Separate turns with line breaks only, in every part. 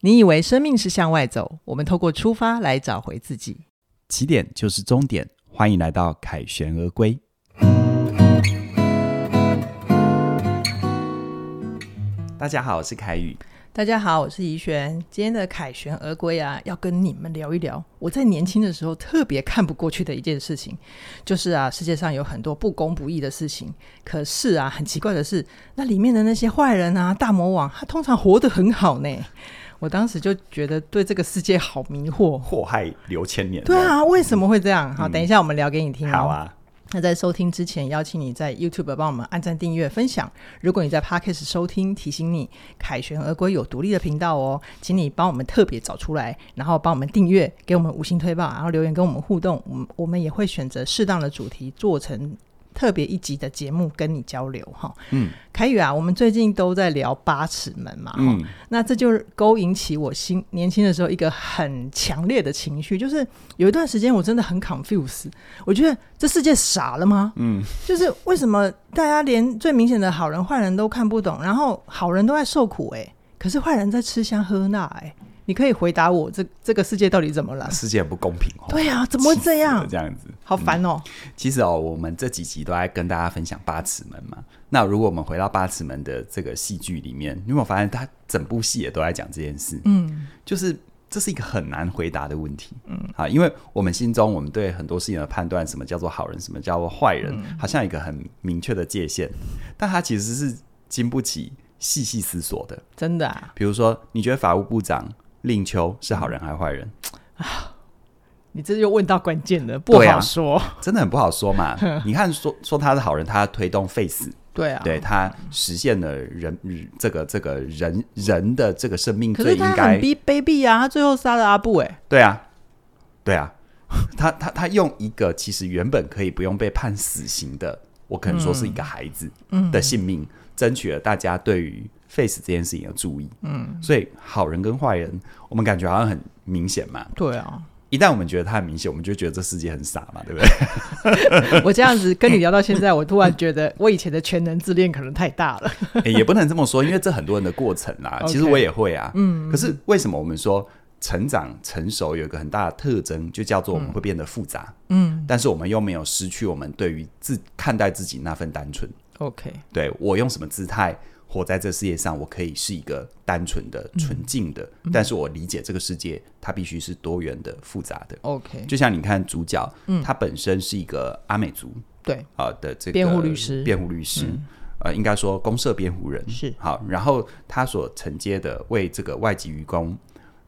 你以为生命是向外走，我们透过出发来找回自己。
起点就是终点，欢迎来到凯旋而归。大家好，我是凯宇。
大家好，我是怡璇。今天的凯旋而归啊，要跟你们聊一聊我在年轻的时候特别看不过去的一件事情，就是啊，世界上有很多不公不义的事情，可是啊，很奇怪的是，那里面的那些坏人啊、大魔王，他通常活得很好呢。我当时就觉得对这个世界好迷惑。
祸害六千年。
对，啊，为什么会这样？好，
嗯
等一下我们聊给你听、哦
好。啊，
那在收听之前，邀请你在 YouTube 帮我们按赞、订阅、分享。如果你在 Podcast 收听，提醒你凯旋而归有独立的频道哦，请你帮我们特别找出来，然后帮我们订阅，给我们五星推报，然后留言跟我们互动。我们我们也会选择适当的主题做成。特别一集的节目跟你交流哈，
嗯
凯宇啊，我们最近都在聊八尺门嘛，哈、
嗯，
那这就勾引起我心年轻的时候一个很强烈的情绪，就是有一段时间我真的很 confuse，我觉得这世界傻了吗？
嗯，
就是为什么大家连最明显的好人坏人都看不懂，然后好人都在受苦、欸，可是坏人在吃香喝辣、欸，你可以回答我这这个世界到底怎么了？
世界很不公平哦。
对啊，怎么会这样
是？这样子，
好烦哦、
其实哦，我们这几集都在跟大家分享八尺门嘛。那如果我们回到八尺门的这个戏剧里面，你有没有发现它整部戏也都在讲这件事？
嗯，
就是这是一个很难回答的问题。嗯，啊，因为我们心中我们对很多事情的判断，什么叫做好人，什么叫做坏人，好像有一个很明确的界限，但它其实是经不起细细思索的。
真的啊，
比如说，你觉得法务部长令秋是好人还是坏人？
你这就问到关键了，不
对啊
好说。
真的很不好说嘛。你看说，说他是好人，他推动 face，
对啊，
对他实现了人日这个这个人人的这个生命
可
最
是
应
他
该
很逼卑鄙啊，他最后杀了阿布、欸，
对啊，对啊， 他他他用一个其实原本可以不用被判死刑的，我可能说是一个
嗯
孩子的性命，争取了大家对于 face 这件事情的注意。嗯，所以好人跟坏人，我们感觉好像很明显嘛。
对啊，
一旦我们觉得他很明显，我们就觉得这世界很傻嘛，对不对？
我这样子跟你聊到现在，我突然觉得我以前的全能自恋可能太大了。
欸也不能这么说，因为这很多人的过程啦。
OK
其实我也会啊，嗯。可是为什么我们说成长成熟有一个很大的特征，就叫做我们会变得复杂，
嗯
但是我们又没有失去我们对于自看待自己那份单纯。
，OK，
对我用什么姿态活在这世界上，我可以是一个单纯的、
嗯
纯净的，但是我理解这个世界，它必须是多元的、复杂的。
OK，
就像你看主角，
嗯
他本身是一个阿美族，
对，
啊的这个
辩护律师嗯
辩护律师，呃，应该说公社辩护人
是
好。然后他所承接的为这个外籍渔工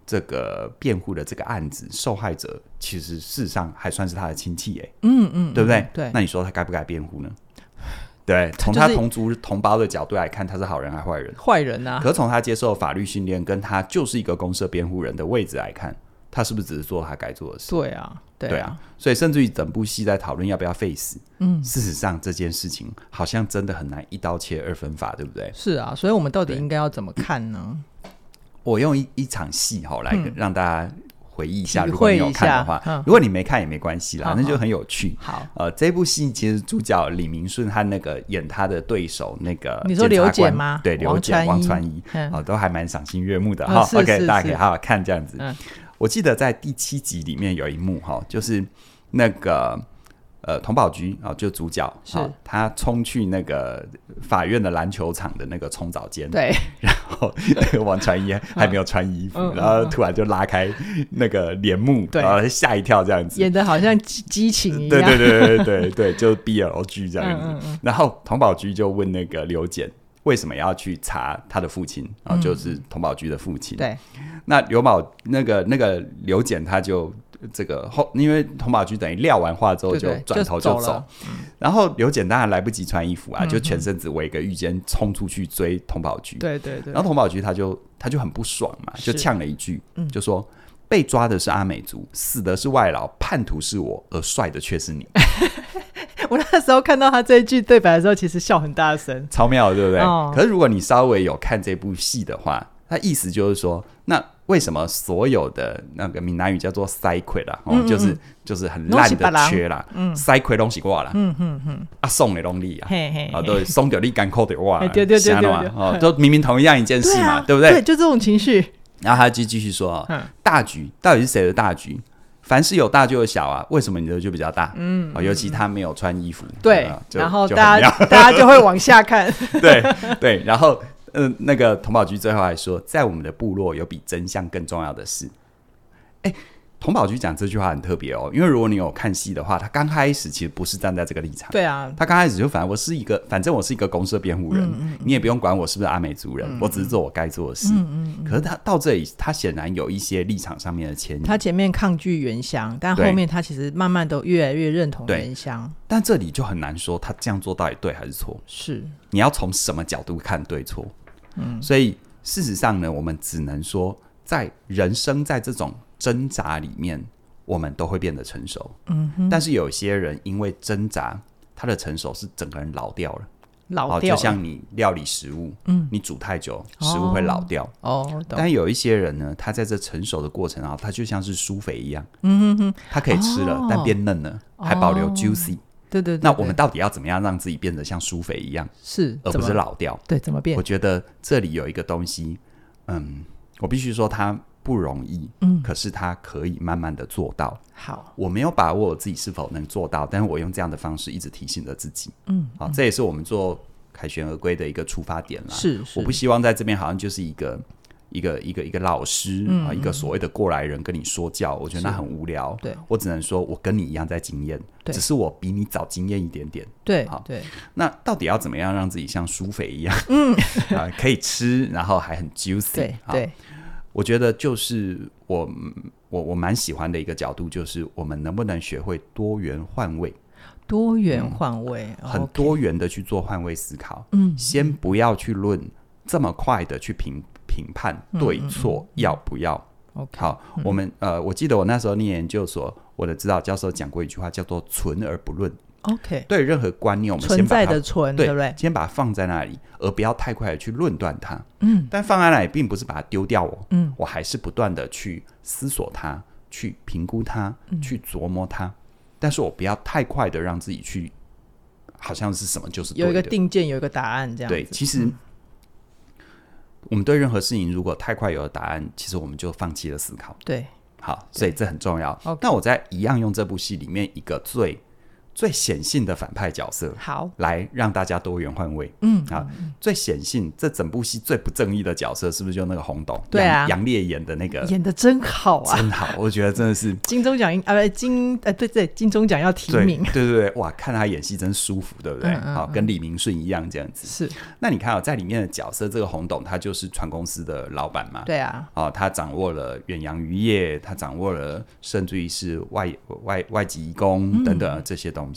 这个辩护的这个案子，受害者其实事实上还算是他的亲戚耶，
嗯嗯，
对不对？
对
那你说他该不该辩护呢？对，从
就
他
是
同族同胞的角度来看，他是好人还是坏人？
坏人啊，
可从他接受法律训练，跟他就是一个公社辩护人的位置来看，他是不是只是做他该做的事？
对啊，对
对啊，，所以甚至于整部戏在讨论要不要 face，嗯，事实上这件事情好像真的很难一刀切二分法，对不对？
是啊，所以我们到底
对
应该要怎么看呢？
我用一一场戏哈来让大家回忆一下，
体
如果
会
你有
嗯一
看
下
的话，
嗯
如果你没看也没关系啦，
好
那就很有趣。
好，
呃，这部戏其实主角李明顺和那个演他的对手那个
你说
检察
刘姐
官
吗
对，刘
王
姐
川
王
一
川一，
嗯
哦，都还蛮赏心悦目的
嗯
哈。
是
OK，
是
大家可以
是
好好看这样子
嗯。
我记得在第七集里面有一幕哈，就是那个呃童宝驹啊，就主角
是
啊，他冲去那个法院的篮球场的那个冲澡 间，
对，
然后王传一还没有穿衣服
嗯，嗯
然后突然就拉开那个帘幕，
对
然后吓一跳这样子。
演的好像激激情一
对
样，
对对对对对对，就是 BLG 这样子。
嗯嗯嗯
然后童宝驹就问那个刘简为什么要去查他的父亲啊，就是童宝驹的父亲。
嗯对
那刘宝那个那个刘简他就这个后，因为童宝驹等于撂完话之后
对
就
对
转头
就
就
走了嗯
然后刘简当然来不及穿衣服啊，就全身只围个浴巾冲出去追童宝驹。
对对对
然后童宝驹他就他就很不爽嘛，就是呛了一句，
嗯
就说。被抓的是阿美族，死的是外劳，叛徒是我，而帅的却是你，
我那时候看到他这一句对白的时候，其实笑很大声，
超妙的，对不对？
哦
可是如果你稍微有看这部戏的话，它意思就是说，那为什么所有的那个闽南语叫做“塞亏”啦，哦，
嗯嗯嗯
就是就是很烂的缺啦，塞亏东西挂啦，嗯嗯嗯，啊送的东西啊，
嘿嘿
啊，对，送掉你干扣的哇，啊
哎对对对
瞎了嘛
对对
哦，都明明同样一件事嘛，对不对？
啊对，就这种情绪，
然后他就继续说啊、
嗯
大局到底是谁的大局？凡是有大就有小啊，为什么你的就比较大？嗯，哦、尤其他没有穿衣服，
对
啊，就
然后
就
大
很
家 大家就会往 下看，
对对，然后嗯、呃那个童宝驹最后还说，在我们的部落有比真相更重要的事。哎，童宝驹讲这句话很特别哦，因为如果你有看戏的话，他刚开始其实不是站在这个立场，
对啊，
他刚开始就反正我是一个，反正我是一个公社辩护
嗯
人，你也不用管我是不是阿美族人，我只是做我该做的事。
嗯
可是他到这里，他显然有一些立场上面的牵引。
他前面抗拒原乡，但
对
后面他其实慢慢都越来越认同
对
原乡，
但这里就很难说他这样做到底对还是错，
是
你要从什么角度看对错？嗯，所以事实上呢，我们只能说，在人生在这种挣扎里面，我们都会变得成熟。嗯，但是有些人因为挣扎，他的成熟是整个人老掉了。
老
哦，
掉了
就像你料理食物，嗯，你煮太久，食物会老掉。
哦，懂
但有一些人呢，他在这成熟的过程啊，他就像是酥肥一样，嗯哼哼，他可以吃了，
哦
但变嫩了，还保留
哦
juicy、
对对对，
那我们
对
到底要怎么样让自己变得像酥肥一样，
是
而
怎
不是
么
老掉？
对怎么变
我？觉得这里有一个东西，嗯，我必须说它不容易，嗯，可是它可以慢慢的做到。
好，
我没有把握我自己是否能做到，但是我用这样的方式一直提醒着自己，嗯，好、这也是我们做凯旋而归的一个出发点啦。
是是
我不希望在这边好像就是一个一个一个一个老师
嗯
啊、一个所谓的过来人跟你说教，我觉得那很无聊。
对，
我只能说我跟你一样在经验，
对
只是我比你早经验一点点。
对
好
对
那到底要怎么样让自己像苏肥一样，嗯， 啊、可以吃，然后还很 juicy？
对
啊
对，
我觉得就是我我我蛮喜欢的一个角度，就是我们能不能学会多元换位，
多元换位，
嗯很
哦 OK，
多元的去做换位思考。嗯，先不要去论这么快的去评评判
嗯
对错、要不要。
OK
好，我们呃，我记得我那时候念研究所，我的指导教授讲过一句话，叫做“存而不论
OK，”。
对任何观念，我们
存
先把
在
它
的存，
对
对不对？
先把它放在那里，而不要太快的去论断它。嗯，但放在那里并不是把它丢掉哦，嗯，我还是不断的去思索它，去评估它，
嗯
去琢磨它，但是我不要太快的让自己去，好像是什么就是对
有
的
一个定见，有一个答案，这样
对，
子嗯
其实。我们对任何事情如果太快有了答案，其实我们就放弃了思考。
对
好，所以这很重要
OK。
那我在一样用这部戏里面一个最最显性的反派角色，
好，
来让大家多元换位。嗯啊，最显性这整部戏最不正义的角色是不是就那个红董？
对啊
杨杨烈演的那个
演的真好 啊！
真好，我觉得真的是
金钟奖应啊，不金呃对对，金钟奖要提
对
名
对对对，哇，看他演戏真舒服，对不对？
嗯嗯
好，跟李明顺一样这样子。
是，
那你看啊、在里面的角色，这个红董他就是船公司的老板嘛。
对啊，
哦，他掌握了远洋渔业，他掌握了甚至于是外外外籍移
嗯
工等等这些东西。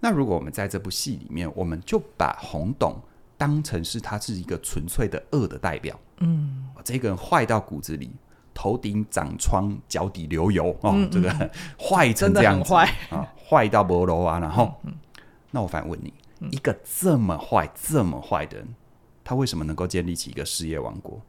那如果我们在这部戏里面，我们就把洪董当成是他是一个纯粹的恶的代表，嗯，这个人坏到骨子里，头顶长疮，脚底流油哦，这个 坏成
嗯真的
这样
很
子
坏嗯
啊，坏到博楼啊，然后，那我反问你，一个这么坏、这么坏的人，他为什么能够建立起一个事业王国？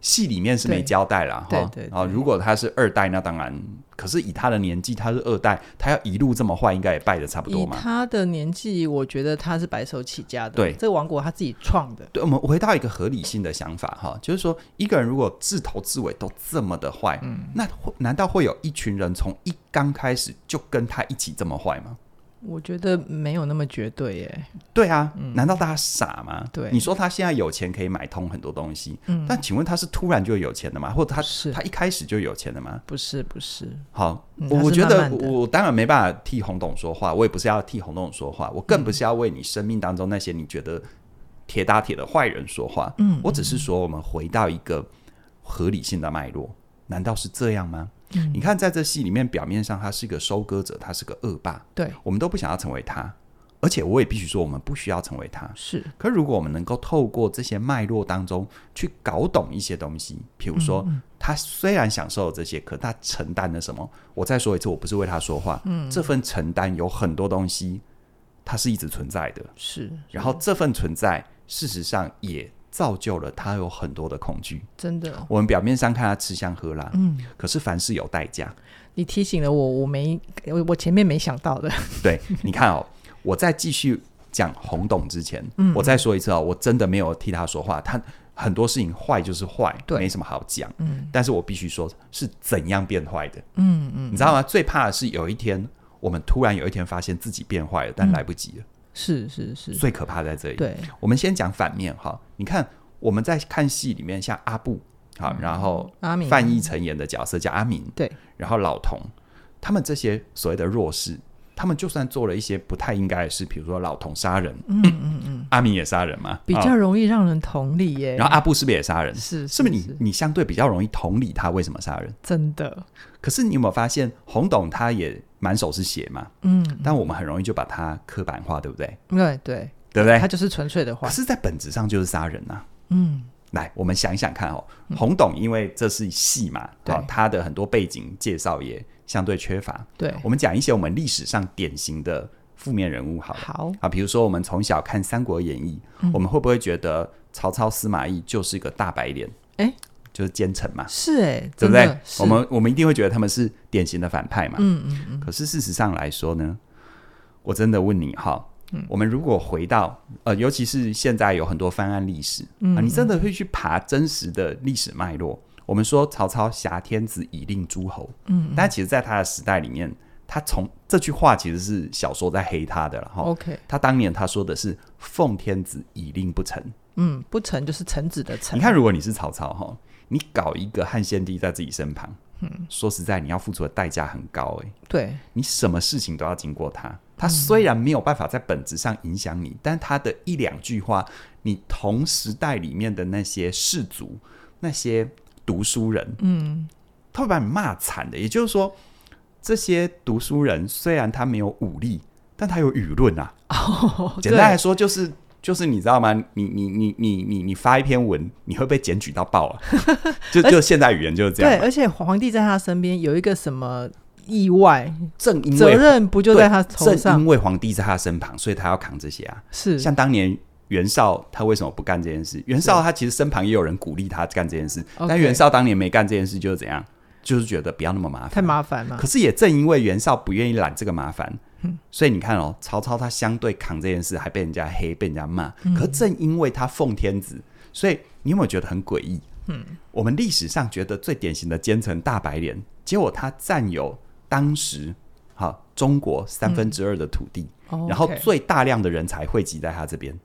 戏里面是没
哎对
交代啦，
对
哈
对
啊，如果他是二代，那当然，可是以他的年纪，他是二代，他要一路这么坏，应该也败的差不多
以
嘛。
他的年纪，我觉得他是白手起家的，
对
这个王国他自己创的，
对，我们回到一个合理性的想法哈，就是说，一个人如果自头至尾都这么的坏，
嗯
那会难道会有一群人从一刚开始就跟他一起这么坏吗？
我觉得没有那么绝对耶。
对啊，难道大家傻吗？
嗯对嗯
你说他现在有钱可以买通很多东西，但请问他是突然就有钱的吗？或者他
是
他一开始就有钱的吗？
不是不是，
好，
嗯
我
它
我
是
觉
慢
得
慢的
我我当然没办法替洪董说话，我也不是要替洪董说话，我更不是要为你生命当中那些你觉得铁打铁的坏人说话。嗯，我只是说我们回到一个合理性的脉络，难道是这样
嗯
吗？你看，在这戏里面，表面上他是一个收割者，他是个恶霸，
对，
我们都不想要成为他，而且我也必须说，我们不需要成为他。
是
可如果我们能够透过这些脉络当中去搞懂一些东西，比如说、他虽然享受了这些，可他承担了什么？我再说一次，我不是为他说话，这份承担有很多东西，它是一直存在的。
是，
然后这份存在，事实上也造就了他有很多的恐惧。
真的，
我们表面上看他吃香喝辣，嗯，可是凡事有代价。
你提醒了我，我没我我前面没想到 的，
对，你看哦，
嗯
我在继续讲洪董之前，我再说一次哦，我真的没有替他说话，他很多事情坏就是坏，
对
没什么好讲。
嗯
但是我必须说，是怎样变坏的，
嗯嗯，
你知道吗？最怕的是有一天，我们突然有一天发现自己变坏了，但来不及了，
是是嗯是，
最可怕在这里。
对，
我们先讲反面哈，你看我们在看戏里面，像阿布好，然后
嗯阿啊明
范逸臣演的角色叫阿明，
对，
然后老童，他们这些所谓的弱势，他们就算做了一些不太应该的事，比如说老童杀人，嗯嗯嗯，阿明也杀人嘛，
比
啊
较容易让人同理耶。
然后阿布是不是也杀人？
是
啊是不是你你相对比较容易同理他为什么杀人？
真的？
可是你有没有发现洪董他也满手是血嘛？
嗯，
但我们很容易就把他刻板化，对不对？
对对，
对不对
他？就是纯粹的
可
话，
是，在本质上就是杀人呐、啊
嗯
来，我们想一想看哦，洪董因为这是戏嘛，
对
哦，他的很多背景介绍也相对缺乏。
对，
我们讲一些我们历史上典型的负面人物好了，
好，
啊，比如说我们从小看《三国演义》
嗯
我们会不会觉得曹操、司马懿就是个大白脸？
哎
就是奸臣嘛，
是哎，
对
真
不
的
对？
是
我们我们一定会觉得他们是典型的反派嘛。
嗯嗯嗯，
可是事实上来说呢，我真的问你哈，
嗯
我们如果回到呃，尤其是现在有很多翻案历史、
嗯
啊，你真的会去爬真实的历史脉络。我们说曹操挟天子以令诸侯，嗯，但其实在他的时代里面，他从这句话其实是小说在黑他的了哈。
OK，
他当年他说的是“奉天子以令不成
嗯，不成就是臣子的”。臣
你，看，如果你是曹操哈，你搞一个汉献帝在自己身旁，嗯，说实在，你要付出的代价很高哎、
对，
你什么事情都要经过他。
嗯
他虽然没有办法在本质上影响你，但他的一两句话，你同时代里面的那些士族、那些读书人，嗯，他会把你骂惨的。也就是说，这些读书人虽然他没有武力，但他有舆论啊。
哦，
简单来说，就是就是你知道吗？你你你你你你发一篇文，你会被检举到爆 啊！就就现代语言就是这
对，
样嘛。
而且皇帝在他身边有一个什么意外，
正因
责
为
任不就在他头
正
上
因？为皇帝在他身旁，所以他要扛这些啊。
是，
像当年袁绍，他为什么不干这件事？袁绍他其实身旁也有人鼓励他干这件事，
OK
但袁绍当年没干这件事，就是怎样，就是觉得不要那么麻
太
烦。
麻烦嘛。
可是也正因为袁绍不愿意揽这个麻烦，所以你看哦，曹操他相对扛这件事，还被人家黑，被人家骂。
嗯
可正因为他奉天子，所以你有没有觉得很诡异？嗯，我们历史上觉得最典型的奸臣大白脸，结果他占有当时好、中国三分之二的土地。
哦
然后
OK
最大量的人才汇集在他这边，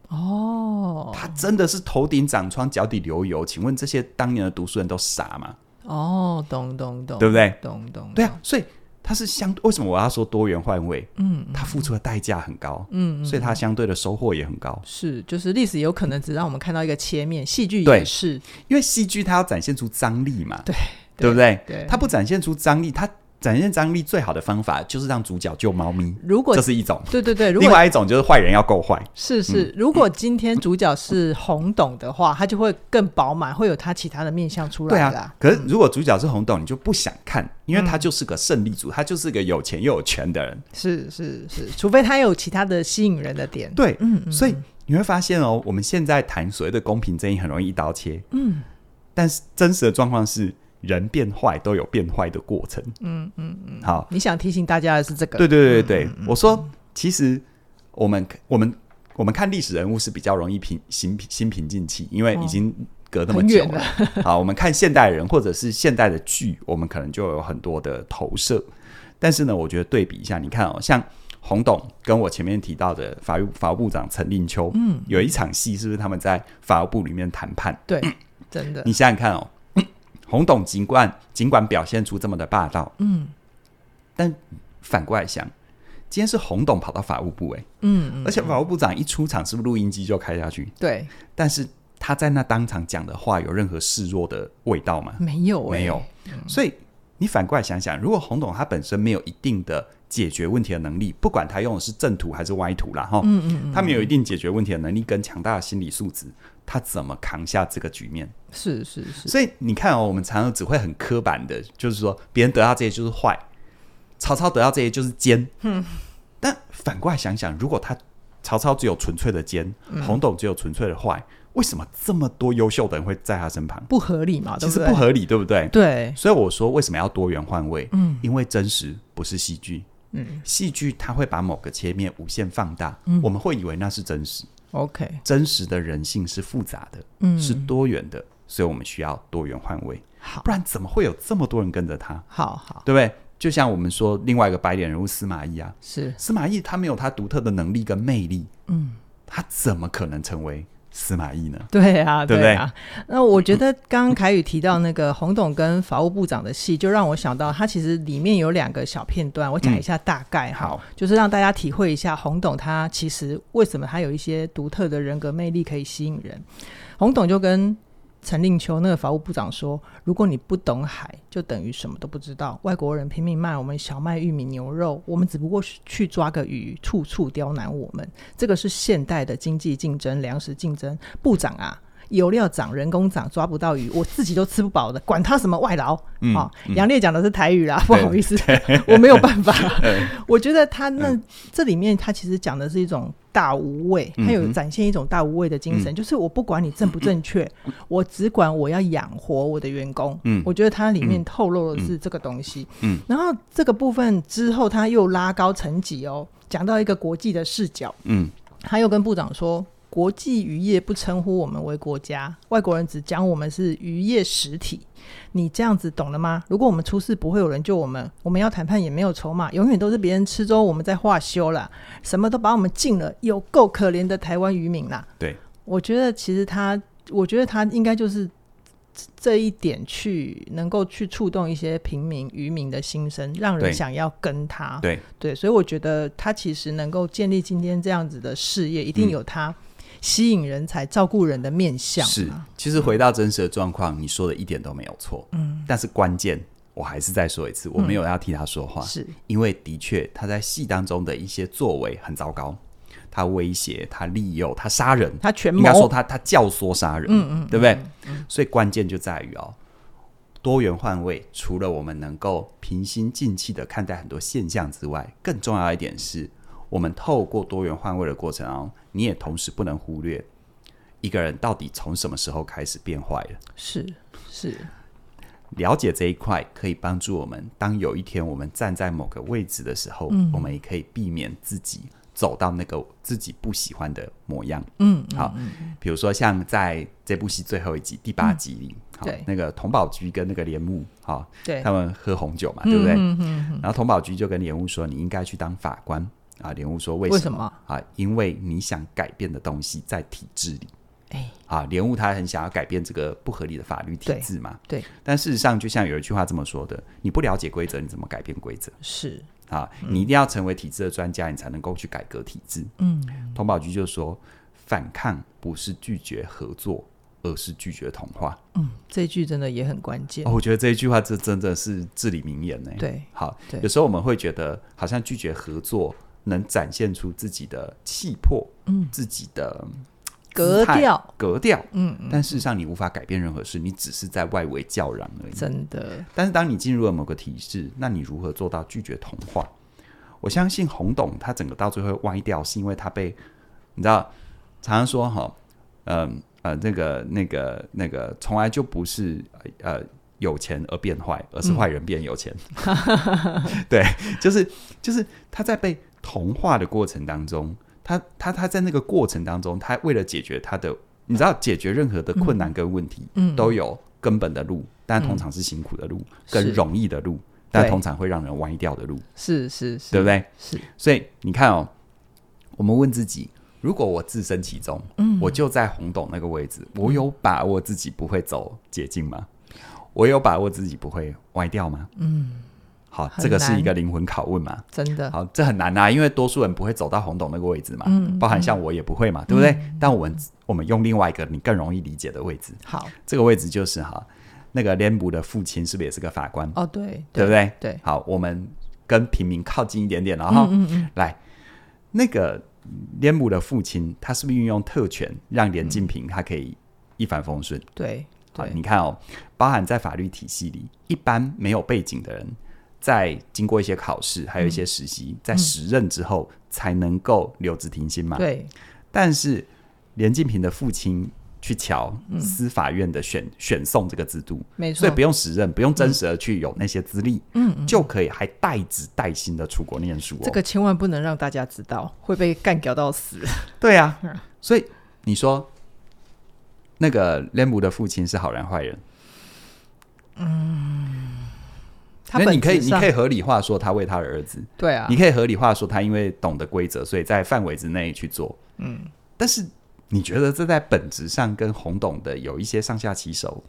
哦
他真的是头顶长疮，脚底流油。请问这些当年的读书人都傻吗？
哦，懂懂懂，
对不对？
懂懂，
对
懂
啊，所以他是相为什么我要说多元换位？嗯，他付出的代价很高，
嗯，
所以他相对的收获也很高。
是，就是历史有可能只让我们看到一个切面，戏剧也
对
是，
因为戏剧它要展现出张力嘛，
对
对不对？
对
它不展现出张力，它展现张力最好的方法就是让主角救猫咪，
如果
这是一种；
对对对，如
另
果
外一嗯种就是坏人要够坏，
是是，如果今天主角是红董的话，他就会更饱满，会有他其他的面相出
对
来
啊
啦。。嗯
可是如果主角是红董，你就不想看，因为他就是个胜利组，他就是个有钱又有权的人。
是是是，除非他有其他的吸引人的点。
对，所以你会发现哦，我们现在谈所谓的公平正义，很容易一刀切，嗯，但是真实的状况是，人变坏都有变坏的过程，嗯嗯嗯，好，
你想提醒大家的是这个，
对对对对，我说其实我们我们我们看历史人物是比较容易平心心平静气，因为已经隔那么
很
久
远
了。 好，我们看现代人或者是现代的剧，我们可能就有很多的投射。但是呢，我觉得对比一下，你看哦，像洪董跟我前面提到的法务法务部长陈令秋，嗯，有一场戏是不是他们在法务部里面谈判？
对，真的
你想想看哦，洪董尽管尽管表现出这么的霸道，嗯，但反过来想，今天是洪董跑到法务部、欸，
嗯，嗯，
而且法务部长一出场，是不是录音机就开下去？
对，
但是他在那当场讲的话，有任何示弱的味道吗？
没有、欸，
没有，所以你反过来想想，如果洪董他本身没有一定的解决问题的能力，不管他用的是正途还是歪途啦，哈，嗯嗯他没有一定解决问题的能力跟强大的心理素质，他怎么扛下这个局面？
是是是，
所以你看哦，我们常常只会很刻板的，就是说别人得到这些就是坏，曹操得到这些就是奸。嗯，但反过来想想，如果他曹操只有纯粹的奸，
嗯
洪董只有纯粹的坏，为什么这么多优秀的人会在他身旁？
不合理嘛，
其实
啊对不对？
不合理，对不对？
对，
所以我说，为什么要多元换位？嗯，因为真实不是
嗯
戏剧。嗯，戏剧它会把某个切面无限放大，我们会以为那是真实。
OK，
真实的人性是复杂的，
嗯，
是多元的，所以我们需要多元换位，
好
不，然怎么会有这么多人跟着他？
好好
对不对？就像我们说另外一个白脸人物司马懿啊，
是，
司马懿他没有他独特的能力跟魅力，
嗯，
他怎么可能成为司马懿呢？
对啊，
对不
对啊。那我觉 得刚刚凯宇提到那个洪董跟法务部长的戏，就让我想到，它其实里面有两个小片段，我讲一下大概哈，
好，
就是让大家体会一下洪董他其实为什么他有一些独特的人格魅力可以吸引人。洪董就跟陈令秋那个法务部长说：“如果你不懂海，就等于什么都不知道。外国人拼命卖我们小麦、玉米、牛肉，我们只不过是去抓个鱼，处处刁难我们。这个是现代的经济竞争、粮食竞争。部长啊，油料涨、人工涨，抓不到鱼，我自己都吃不饱的，管他什么外劳啊、
嗯
哦杨烈讲的是台语啦，不
对嗯
好意思， 我没有办 法。我觉得他那、这里面他其实讲的是一种大无畏，他有
嗯哼嗯
展现一种大无畏的精神，就是我不管你正不正确，我只管我要养活我的员工。
嗯
我觉得它里面透露的是这个东西。
嗯，
然后这个部分之后，他又拉高层级哦，讲到一个国际的视角，
嗯，
他又跟部长说。国际渔业不称呼我们为国家，外国人只讲我们是渔业实体。你这样子懂了吗？如果我们出事，不会有人救我们。我们要谈判也没有筹码，永远都是别人吃粥，我们在化休啦，什么都把我们禁了，有够可怜的台湾渔民啦。
对，
我觉得其实他，我觉得他应该就是这这一点去能够去触动一些平民渔民的心声，让人
对
想要跟他。
对，
对，所以我觉得他其实能够建立今天这样子的事业，一定
嗯
有他吸引人才、照顾人的面相
是
啊。。
其实回到真实的状况，你说的一点都没有错，嗯，但是关键我还是再说一次，
嗯
我没有要替他说话，
是，
因为的确他在戏当中的一些作为很糟糕，他威胁，他利诱，他杀人，
他权
应该说
谋，
他他教唆杀人，嗯嗯，对不对？所以关键就在于哦，多元换位，除了我们能够平心静气的看待很多现象之外，更重要一点是，我们透过多元换位的过程哦，你也同时不能忽略一个人到底从什么时候开始变坏了。
是是，
了解这一块可以帮助我们，当有一天我们站在某个位置的时候，
嗯
我们也可以避免自己走到那个自己不喜欢的模样。
嗯，嗯
好，比如说像在这部戏最后一集第八集里，好
对
那个童宝驹跟那个莲雾，好，
对
他，们喝红酒嘛，对不对？
嗯嗯嗯嗯
然后童宝驹就跟莲雾说：“你应该去当法官。”啊，莲雾说：“为
为
什
什
么？
么？
啊，因为你想改变的东西在体制里。”
哎，
啊，莲雾他很想要改变这个不合理的法律体
对
制嘛。
对
但事实上，就像有一句话这么说的：“你不了解规则，你怎么改变规则？”
是，
啊，你一定要成为体制的专家，你才能够去改革体制。
嗯，
童宝驹就说，反抗不是拒绝合作，而是拒绝同化。
嗯，这句真的也很关键。
哦，我觉得这一句话这真的是至理名言呢。，
对，
好
对，
有时候我们会觉得好像拒绝合作能展现出自己的气魄，
嗯，
自己的
格
姿态
调，
格调。
嗯嗯，
但事实上，你无法改变任何事，你只是在外围叫嚷而已。
嗯真的，
但是当你进入了某个体制，那你如何做到拒绝同化？我相信洪董他整个到最后歪掉，是因为他被你知道，常常说哈，嗯呃，那个那个那个，从来就不是呃有钱而变坏，而是坏人变有钱。对，就是就是他在被同化的过程当中，他他他在那个过程当中，他为了解决他的，你知道，解决任何的困难跟问题，
嗯
都有根本的路，但通常是辛苦的路、
是
跟容易的路，但通常会让人歪掉的路，
是是是，
对不对？
是
所以你看哦，我们问自己，如果我置身其中，嗯，我就在红董那个位置，我有把握自己不会走捷径吗？我有把握自己不会歪掉吗？嗯，好，
很
这个是
难呃
一个灵魂拷问嘛。
真的，
好，这很难啊，因为多数人不会走到红董那个位置嘛，
嗯
包含像我也不会嘛，对不对？但我们我们用另外一个你更容易理解的位置，
好，
这个位置就是哈，那个连姆的父亲是不是也是个法官，
哦，对
对不对？
对，
好，我们跟平民靠近一点点，然后、
嗯嗯，
来，那个连姆的父亲，他是不是运用特权让连晋平他可以一帆风顺？
对
好，
对
你看哦，包含在法律体系里，一般没有背景的人，在经过一些考试，还有一些实习，
嗯
在实任之后，才能够留职停薪嘛。
对，
但是连晋平的父亲去瞧司法院的选、选送这个制度，
嗯没
所
错
以不，用时任，不用真实的去有那些资历，
嗯嗯，
就可以还带职带薪的出国念书、哦。
这个千万不能让大家知道，会被干掉到死。
对啊
嗯，
所以你说那个连姆的父亲是好人坏人，
他
那
本
你可以
质
你
上
可以合理化说他为他的儿子，
对啊
你，可以合理化说他因为懂得规则，所以在范围之内去做。
嗯，
但是你觉得这在本质上跟红董的有一些上下其手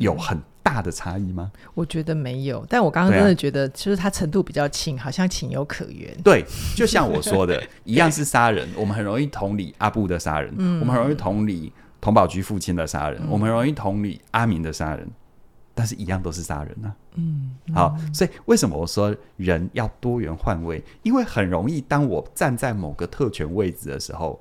有很大的差异吗？
我觉得没有，但我刚刚
对啊
真的觉得，就是他程度比较轻，好像情有可原。
对，就像我说 的一样是杀人，我们很容易同理阿布的杀人，我们很容易同理童宝驹父亲的杀人，我们很容易同理阿明的杀人，但是一样都是杀人啊。嗯，好，所以为什么我说人要多元换位？因为很容易，当我站在某个特权位置的时候。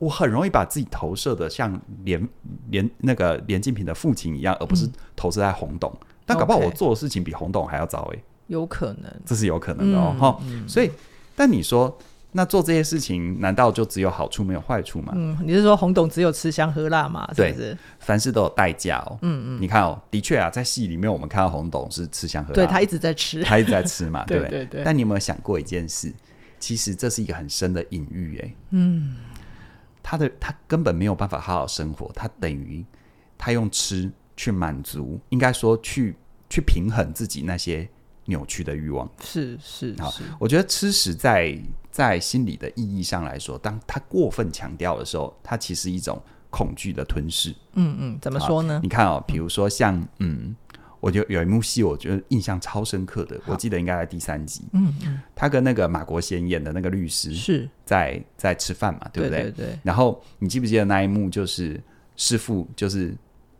我很容易把自己投射的像连连那个连静平的父亲一样，而不是投射在红董。但搞不好我
OK
做的事情比红董还要糟诶、欸
有可能，
这是有可能的哦。哈、所以，但你说，那做这些事情，难道就只有好处没有坏处吗？
嗯，你是说红董只有吃香喝辣嘛？是
对
不是？
凡事都有代价哦。嗯嗯，你看哦，的确啊，在戏里面我们看到红董是吃香喝辣，
对他一直在 吃，
他一直在吃嘛，对不
对对对
但你有没有想过一件事？其实这是一个很深的隐喻、哎，嗯，他的他根本没有办法好好生活，他等于他用吃去满足，应该说去去平衡自己那些扭曲的欲望。
是是
好
是，
我觉得吃屎在在心理的意义上来说，当他过分强调的时候，它其实一种恐惧的吞噬。
嗯嗯，怎么
好
说呢？
你看哦，比如说像嗯，我就有一幕戏，我觉得印象超深刻的，我记得应该在第三集，
嗯嗯，
他跟那个马国贤演的那个律师
是，
在在吃饭嘛，对
对
不对？
对对，
然后你记不记得那一幕，就是师傅就是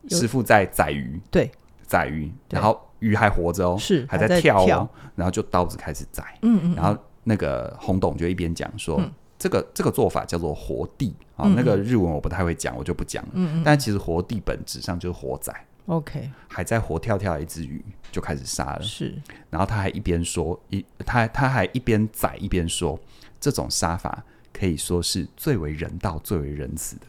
有
师傅在宰鱼，
对，
宰鱼，
对
然后鱼还活着哦，
是
还
还在
跳哦，
跳
然后就刀子开始宰。
嗯嗯，
然后那个洪董就一边讲说，
嗯
这个这个做法叫做活地啊、
嗯嗯
那个日文我不太会讲，我就不讲了。
嗯嗯
但其实活地本质上就是活仔，
，OK，
还在活跳跳的一只鱼就开始杀了，
是，
然后他还一边说一他他还一边宰一边说，这种杀法可以说是最为人道、最为仁慈的。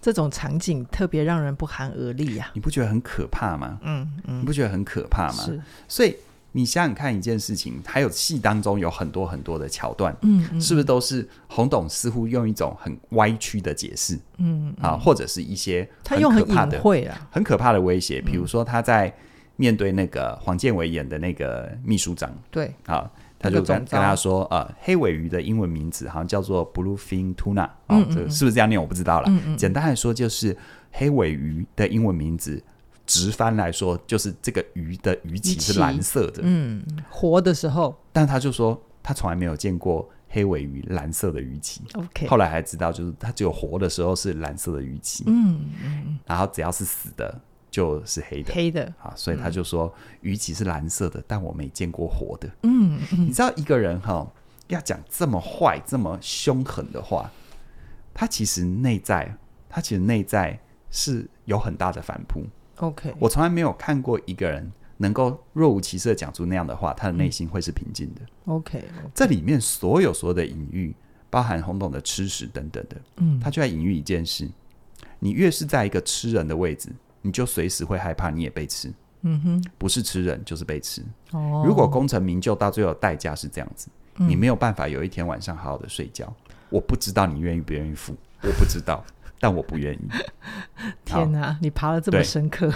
这种场景特别让人不寒而栗啊呀。
你不觉得很可怕吗？
嗯
你
嗯，
不觉得啊很可怕吗？
是，
所以你想想看一件事情，还有戏当中有很多很多的桥段，
嗯嗯
是不是都是洪董似乎用一种很歪曲的解释
嗯，
啊，或者是一些
他用很
可怕
隐
的、
晦嗯啊，
很可怕的威胁，比如说他在面对那个黄建伟演的那个秘书长
对，
啊，他
那个
就跟
总召
跟他说，呃，黑尾鱼的英文名字好像叫做 bluefin tuna 啊，
嗯嗯
这个是不是这样念我不知道了。
嗯嗯，
简单来说，就是黑尾鱼的英文名字。直翻来说，就是这个鱼的鱼
鱼
鳍
鳍
是蓝色的，
嗯，活的时候
但他就说他从来没有见过黑尾鱼蓝色的鱼鳍。
，OK，
后来还知道，就是它只有活的时候是蓝色的鱼鳍，
嗯嗯，
然后只要是死的就是黑的
黑的，
啊，所以他就说、鱼鳍是蓝色的，但我没见过活的。
嗯嗯，
你知道一个人哈、要讲这么坏、这么凶狠的话，他其实内在，他其实内在是有很大的反扑。
OK，
我从来没有看过一个人能够若无其事的讲出那样的话，他的内心会是平静的。
OK，
这里面所有所有的隐喻，包含红董的吃食等等的，
嗯
他就在隐喻一件事：你越是在一个吃人的位置，你就随时会害怕你也被吃，
嗯哼，
不是吃人就是被吃。
哦，
如果功成名就，到最后代价是这样子，
嗯
你没有办法有一天晚上好好的睡觉。我不知道你愿意不愿意付，我不知道， 但我不愿意。好
天哪，你爬的这么
对
深刻，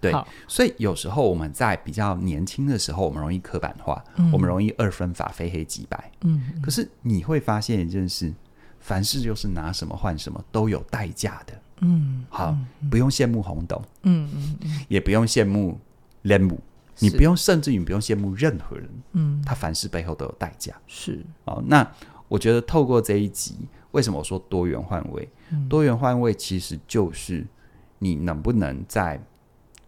对
好，
所以有时候我们在比较年轻的时候，我们容易刻板化，
嗯
我们容易二分法，非黑即白。
嗯，
可是你会发现一件事，凡事就是拿什么换什么，都有代价的。
嗯
好，不用羡慕红董，
嗯嗯嗯
也不用羡慕 l 姆，你
是
不用，甚至于你不用羡慕任何人，
嗯，
他凡事背后都有代价。
是，
好，那我觉得透过这一集，为什么我说多元换位？
嗯
多元换位其实就是你能不能在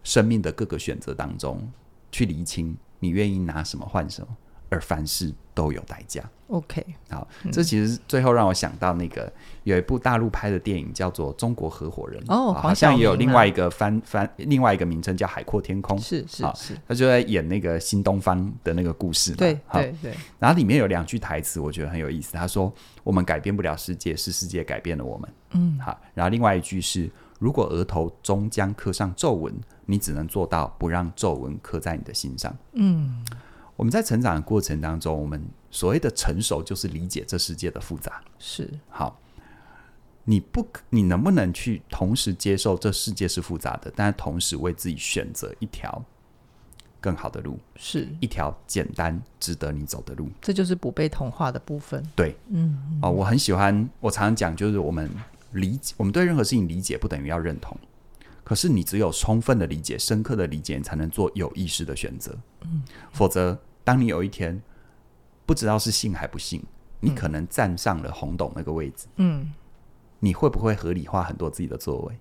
生命的各个选择当中去厘清，你愿意拿什么换什么，而凡事都有代价。
OK，
好，
嗯
这其实最后让我想到那个有一部大陆拍的电影叫做《中国合伙人》，
哦
啊
黄
好
晓
像也有
明
另
啊
外一个翻翻另外一个名称叫《海阔天空》，
是是
好
是，
他就在演那个新东方的那个故事嘛。
对
好
对对，
然后里面有两句台词，我觉得很有意思。他说：“我们改变不了世界，是世界改变了我们。”嗯，好。然后另外一句是：“如果额头终将刻上皱纹，你只能做到不让皱纹刻在你的心上。”嗯，我们在成长的过程当中，我们所谓的成熟，就是理解这世界的复杂。
是
好，你不可，你能不能去同时接受这世界是复杂的，但是同时为自己选择一条更好的路，
是，
一条简单值得你走的路？
这就是不被同化的部分。
对，嗯，哦，我很喜欢，我常常讲，就是我们理解，我们对任何事情理解不等于要认同，可是你只有充分的理解、深刻的理解，你才能做有意识的选择。嗯，否则，当你有一天不知道是信还不信，你可能站上了红董那个位置，
嗯，
你会不会合理化很多自己的作为？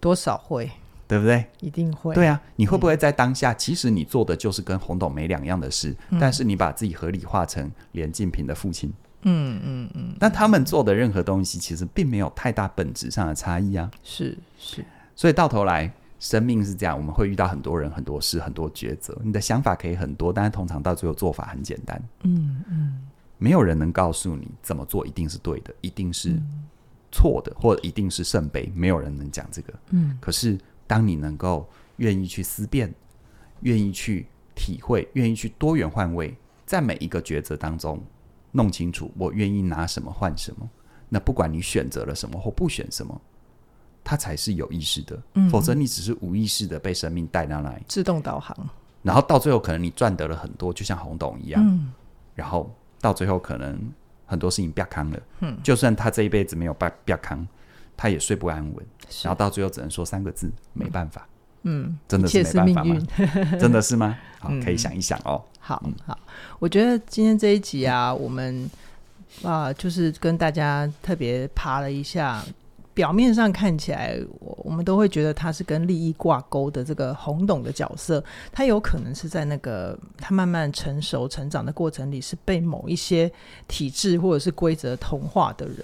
多少会，
对不对？
一定会。嗯
对啊，你会不会在当下，其实你做的就是跟红董没两样的事，但是你把自己合理化成连晋平的父亲？
嗯嗯嗯，
那他们做的任何东西，其实并没有太大本质上的差异啊。
是是，
所以到头来，生命是这样，我们会遇到很多人、很多事、很多抉择。你的想法可以很多，但是通常到最后做法很简单。嗯嗯，没有人能告诉你怎么做一定是对的，一定是错的，或者一定是圣杯，没有人能讲这个。
嗯，
可是当你能够愿意去思辨，愿意去体会，愿意去多元换位，在每一个抉择当中弄清楚我愿意拿什么换什么。那不管你选择了什么或不选什么，它才是有意识的，
嗯
否则你只是无意识的被生命带到那里，
自动导航。
然后到最后可能你赚得了很多，就像红董一样，
嗯
然后到最后可能很多事情不要康了，嗯，就算他这一辈子没有不不要康，他也睡不安稳，
是
然后到最后只能说三个字：没办法，
嗯，
真的
一切
是
是
没
命
办法
运
吗。？真的是吗？好
嗯，
可以想一想哦。
好好，我觉得今天这一集啊，我们啊、就是跟大家特别爬了一下。表面上看起来，我我们都会觉得他是跟利益挂钩的这个红董的角色，他有可能是在那个他慢慢成熟成长的过程里，是被某一些体制或者是规则同化的人。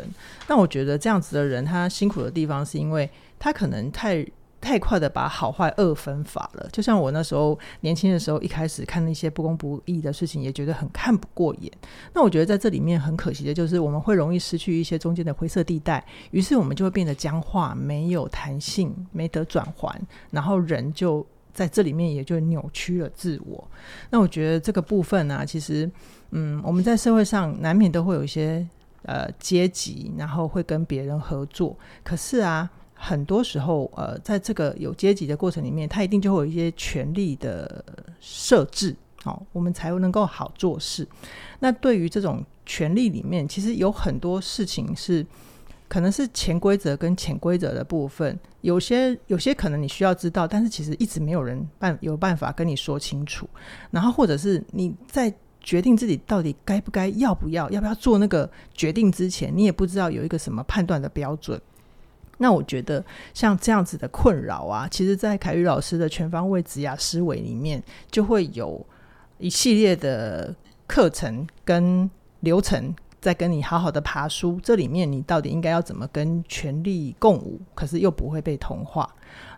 那我觉得这样子的人，他辛苦的地方是因为他可能太太快的把好坏恶分法了。就像我那时候年轻的时候，一开始看那些不公不义的事情，也觉得很看不过眼。那我觉得在这里面很可惜的就是，我们会容易失去一些中间的灰色地带，于是我们就会变得僵化，没有弹性，没得转换，然后人就在这里面也就扭曲了自我。那我觉得这个部分呢、其实，嗯，我们在社会上难免都会有一些呃阶级，然后会跟别人合作，可是啊。很多时候，呃，在这个有阶级的过程里面，他一定就会有一些权力的设置，好、我们才能够好做事。那对于这种权利里面，其实有很多事情是可能是潜规则跟潜规则的部分，有些有些可能你需要知道，但是其实一直没有人办有办法跟你说清楚，然后或者是你在。决定自己到底该不该、要不要、要不要做那个决定之前，你也不知道有一个什么判断的标准。那我觉得像这样子的困扰啊，其实，在凯宇老师的全方位职涯思维里面，就会有一系列的课程跟流程。在跟你好好的爬书，这里面你到底应该要怎么跟权力共舞，可是又不会被同化。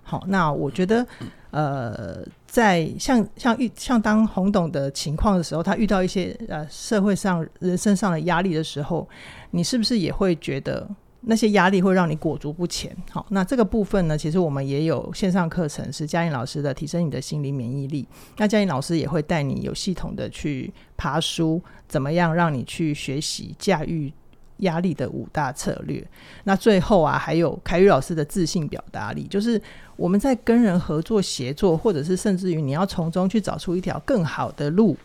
好，那我觉得，呃，在像像遇像当红董的情况的时候，他遇到一些呃社会上人身上的压力的时候，你是不是也会觉得那些压力会让你裹足不前。好，那这个部分呢，其实我们也有线上课程，是嘉颖老师的提升你的心理免疫力。那嘉颖老师也会带你有系统的去爬书，怎么样让你去学习驾驭。压力的五大策略。那最后啊，还有凯宇老师的自信表达力，就是我们在跟人合作、协作，或者是甚至于你要从中去找出一条更好的路，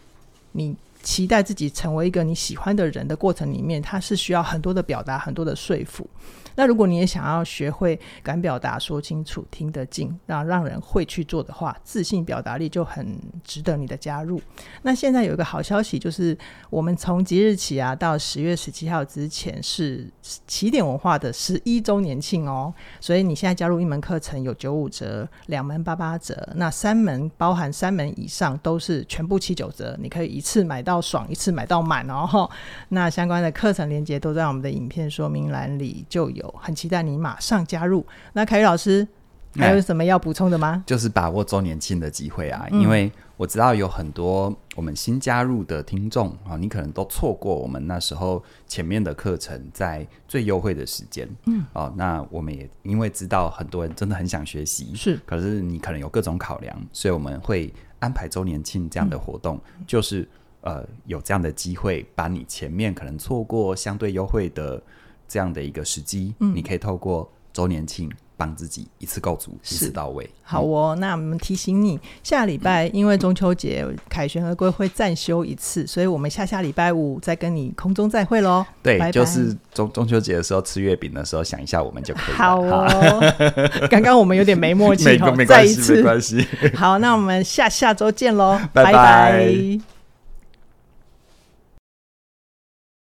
你期待自己成为一个你喜欢的人的过程里面，它是需要很多的表达、很多的说服。那如果你也想要学会敢表达、说清楚、听得进，让让人会去做的话，自信表达力就很值得你的加入。那现在有一个好消息，就是我们从即日起啊，到十月十七号之前是起点文化的十一周年庆哦，所以你现在加入一门课程有九五折，两门八八折，那三门包含三门以上都是全部七九折，你可以一次买到爽，一次买到满哦。吼那相关的课程链接都在我们的影片说明栏里就有，很期待你马上加入。那凯宇老师还有什么要补充的吗？
就是把握周年庆的机会啊，因为我知道有很多我们新加入的听众啊、你可能都错过我们那时候前面的课程在最优惠的时间，嗯，哦，那我们也因为知道很多人真的很想学习，
是
可是你可能有各种考量，所以我们会安排周年庆这样的
嗯
活动，就是呃有这样的机会，把你前面可能错过相对优惠的这样的一个时机，
嗯
你可以透过周年庆帮自己一次够足，一
是
次到位。
好哦，那我们提醒你，下礼拜
嗯
因为中秋节，凯旋而归会暂休一次，所以我们下下礼拜五再跟你空中再会喽。
对，
拜拜
就是中中秋节的时候吃月饼的时候想一下我们就可以了。
好
哈，
哦， 刚刚我们有点没默契
没
哦，
没
再
关
一
系，没
次。
关系。
好，那我们下下周见喽，
拜拜
拜